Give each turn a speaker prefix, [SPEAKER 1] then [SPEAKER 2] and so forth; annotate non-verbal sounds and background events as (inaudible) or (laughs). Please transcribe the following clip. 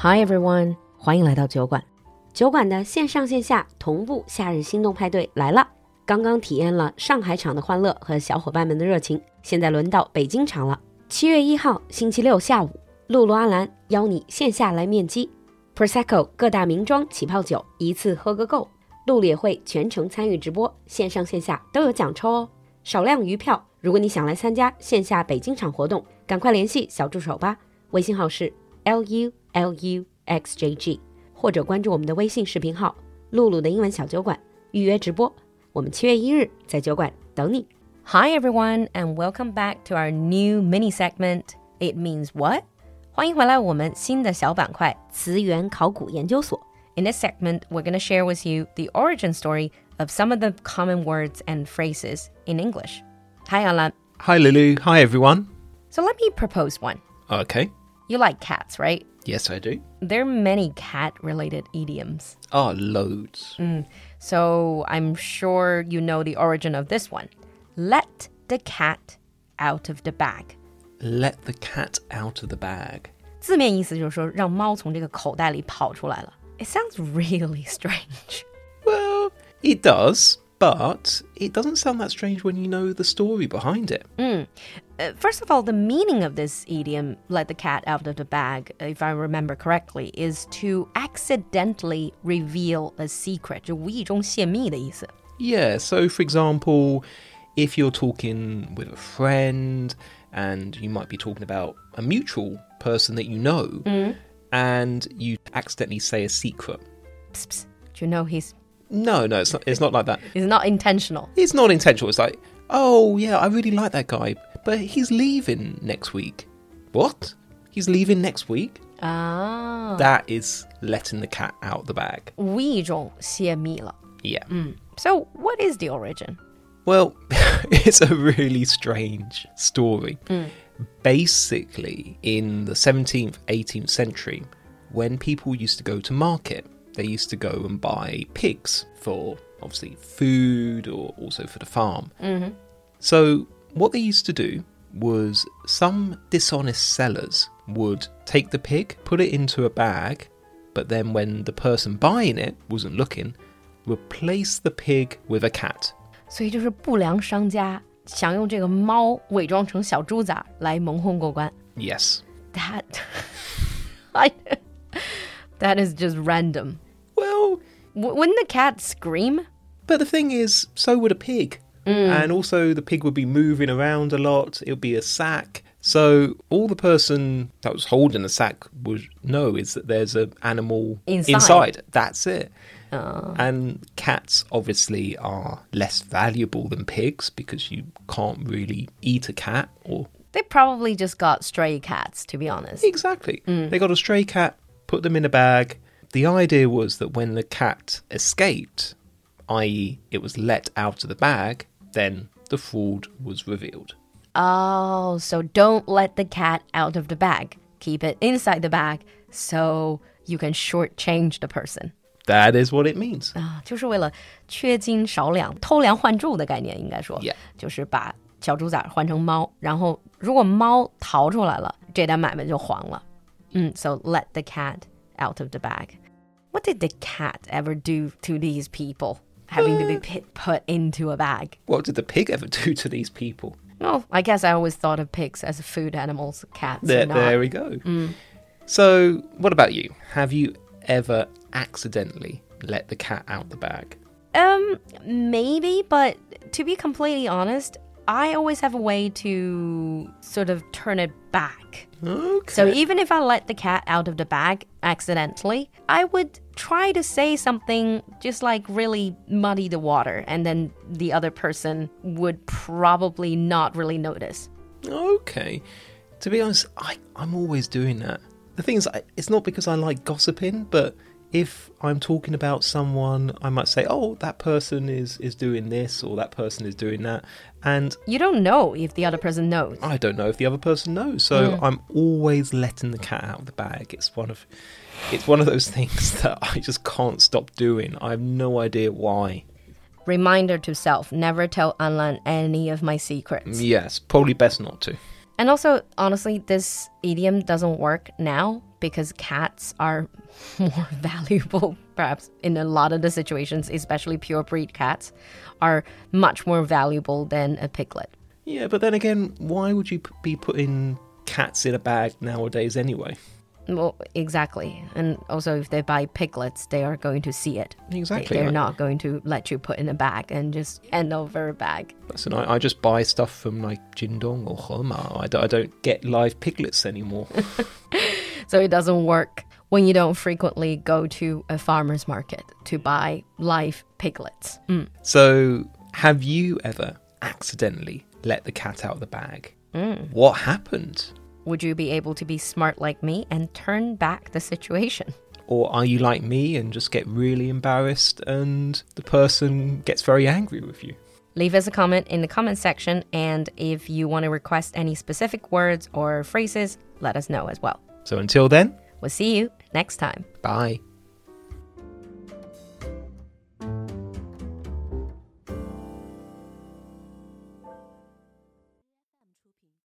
[SPEAKER 1] Hi everyone，欢迎来到酒馆。
[SPEAKER 2] 酒馆的线上线下同步夏日心动派对来了！刚刚体验了上海场的欢乐和小伙伴们的热情，现在轮到北京场了。七月一号星期六下午，露露阿兰邀你线下来面基，Prosecco 各大名庄起泡酒一次喝个够。陆也会全程参与直播，线上线下都有奖抽哦，少量余票。如果你想来参加线下北京场活动，赶快联系小助手吧，微信号是 l u l u x j g。或者关注我们的微信视频号“露露的英文小酒馆”，预约直播。我们七月一日在酒馆等你。
[SPEAKER 1] Hi everyone, and welcome back to our new mini segment. It means what? 欢迎回来我们新的小板块。
[SPEAKER 2] 词源考古研究所，
[SPEAKER 1] In this segment, we're going to share with you the origin story of some of the common words and phrases in English. Hi Alan.
[SPEAKER 3] Hi, Lulu. Hi, everyone.
[SPEAKER 1] So let me propose one.
[SPEAKER 3] Okay.
[SPEAKER 1] You like cats, right?
[SPEAKER 3] Yes, I do.
[SPEAKER 1] There are many cat related idioms.
[SPEAKER 3] Ah, loads.
[SPEAKER 1] So I'm sure you know the origin of this one. Let the cat out of the bag.
[SPEAKER 3] Let the cat out of the bag.
[SPEAKER 1] 字面意思就是说让猫从这个口袋里跑出来了。It sounds really (laughs) strange.
[SPEAKER 3] Well, it does, but it doesn't sound that strange when you know the story behind it.
[SPEAKER 1] Uh, First of all, the meaning of this idiom, let the cat out of the bag, if I remember correctly, is to accidentally reveal a secret. 就无意中泄密的意思。
[SPEAKER 3] Yeah, so for example, if you're talking with a friend and you might be talking about a mutual person that you know and you accidentally say a secret.
[SPEAKER 1] Psst, psst. Do you know he's,
[SPEAKER 3] No, no, it's not, it's not like that.
[SPEAKER 1] he's not intentional?
[SPEAKER 3] It's not intentional. It's like, oh yeah, I really like that guy, but he's leaving next week. What? He's leaving next week?
[SPEAKER 1] Ah.
[SPEAKER 3] That is letting the cat out the bag.
[SPEAKER 1] 无意中泄密了。
[SPEAKER 3] Yeah.
[SPEAKER 1] So what is the origin?
[SPEAKER 3] Well, (laughs) it's a really strange story. Basically, in the 17th, 18th century, when people used to go to market, they used to go and buy pigs for obviously food or also for the farm. So, what they used to do was some dishonest sellers would take the pig, put it into a bag, but then when the person buying it wasn't looking, replace the pig with a cat.
[SPEAKER 1] 所以就是不良商家想用这个猫伪装成小猪仔来蒙混过关。
[SPEAKER 3] Yes.
[SPEAKER 1] That (laughs) I that is just random.
[SPEAKER 3] Well,
[SPEAKER 1] W- wouldn't the cat scream?
[SPEAKER 3] but the thing is, so would a pig. And also, the pig would be moving around a lot, it would be a sack. So, all the person that was holding the sack would know is that there's an animal
[SPEAKER 1] Inside.
[SPEAKER 3] That's it. And cats obviously are less valuable than pigs because you can't really eat a cat or.
[SPEAKER 1] They probably just got stray cats, to be honest.
[SPEAKER 3] Exactly. They got a stray cat, put them in a bag. The idea was that when the cat escaped, i.e., it was let out of the bag, then the fraud was revealed.
[SPEAKER 1] Oh, so don't let the cat out of the bag. Keep it inside the bag so you can shortchange the person.
[SPEAKER 3] That is what it means.
[SPEAKER 1] 啊，就是为了缺斤少两、偷梁换柱的概念，应该说
[SPEAKER 3] Yeah.
[SPEAKER 1] 就是把小猪仔换成猫，然后如果猫逃出来了，这单买卖就黄了。嗯，so let the cat out of the bag. What did the cat ever do to these people having to be pi- put into a bag?
[SPEAKER 3] What did the pig ever (laughs) do to these people?
[SPEAKER 1] Well, I guess I always thought of pigs as food animals. Cats,
[SPEAKER 3] There,
[SPEAKER 1] not.
[SPEAKER 3] there we go. So, what about you? Have you ever accidentally let the cat out the bag?
[SPEAKER 1] Um, maybe, but to be completely honest, I always have a way to sort of turn it back.
[SPEAKER 3] Okay.
[SPEAKER 1] So even if I let the cat out of the bag accidentally, I would try to say something just like really muddy the water, and then the other person would probably not really notice.
[SPEAKER 3] Okay. To be honest, I, I'm always doing that. The thing is, I, it's not because I like gossiping, but if I'm talking about someone, I might say, "Oh, that person is is doing this, or that person is doing that," and
[SPEAKER 1] You don't know if the other person knows.
[SPEAKER 3] I don't know if the other person knows. So I'm always letting the cat out of the bag. It's one of it's one of those (laughs) things that I just can't stop doing. I have no idea why.
[SPEAKER 1] Reminder to self never tell Anlan any of my secrets.
[SPEAKER 3] Yes, probably best not to.
[SPEAKER 1] And also, honestly, this idiom doesn't work now because cats are (laughs) more valuable, perhaps in a lot of the situations, especially pure breed cats, are much more valuable than a piglet.
[SPEAKER 3] Yeah, but then again, why would you p- be putting cats in a bag nowadays anyway?
[SPEAKER 1] Well, exactly. And also, if they buy piglets, they are going to see it.
[SPEAKER 3] Exactly,
[SPEAKER 1] They're
[SPEAKER 3] like-
[SPEAKER 1] not going to let you put in a bag and just hand over a bag.
[SPEAKER 3] Listen, I, I just buy stuff from like Jindong or Homa. I, d- I don't get live piglets anymore.
[SPEAKER 1] So it doesn't work when you don't frequently go to a farmer's market to buy live piglets. Mm.
[SPEAKER 3] so, have you ever accidentally let the cat out of the bag? What happened?
[SPEAKER 1] Would you be able to be smart like me and turn back the situation?
[SPEAKER 3] Or are you like me and just get really embarrassed and the person gets very angry with you?
[SPEAKER 1] Leave us a comment in the comment section, and if you want to request any specific words or phrases, let us know as well.
[SPEAKER 3] So, until then,
[SPEAKER 1] We'll see you next time.
[SPEAKER 3] bye.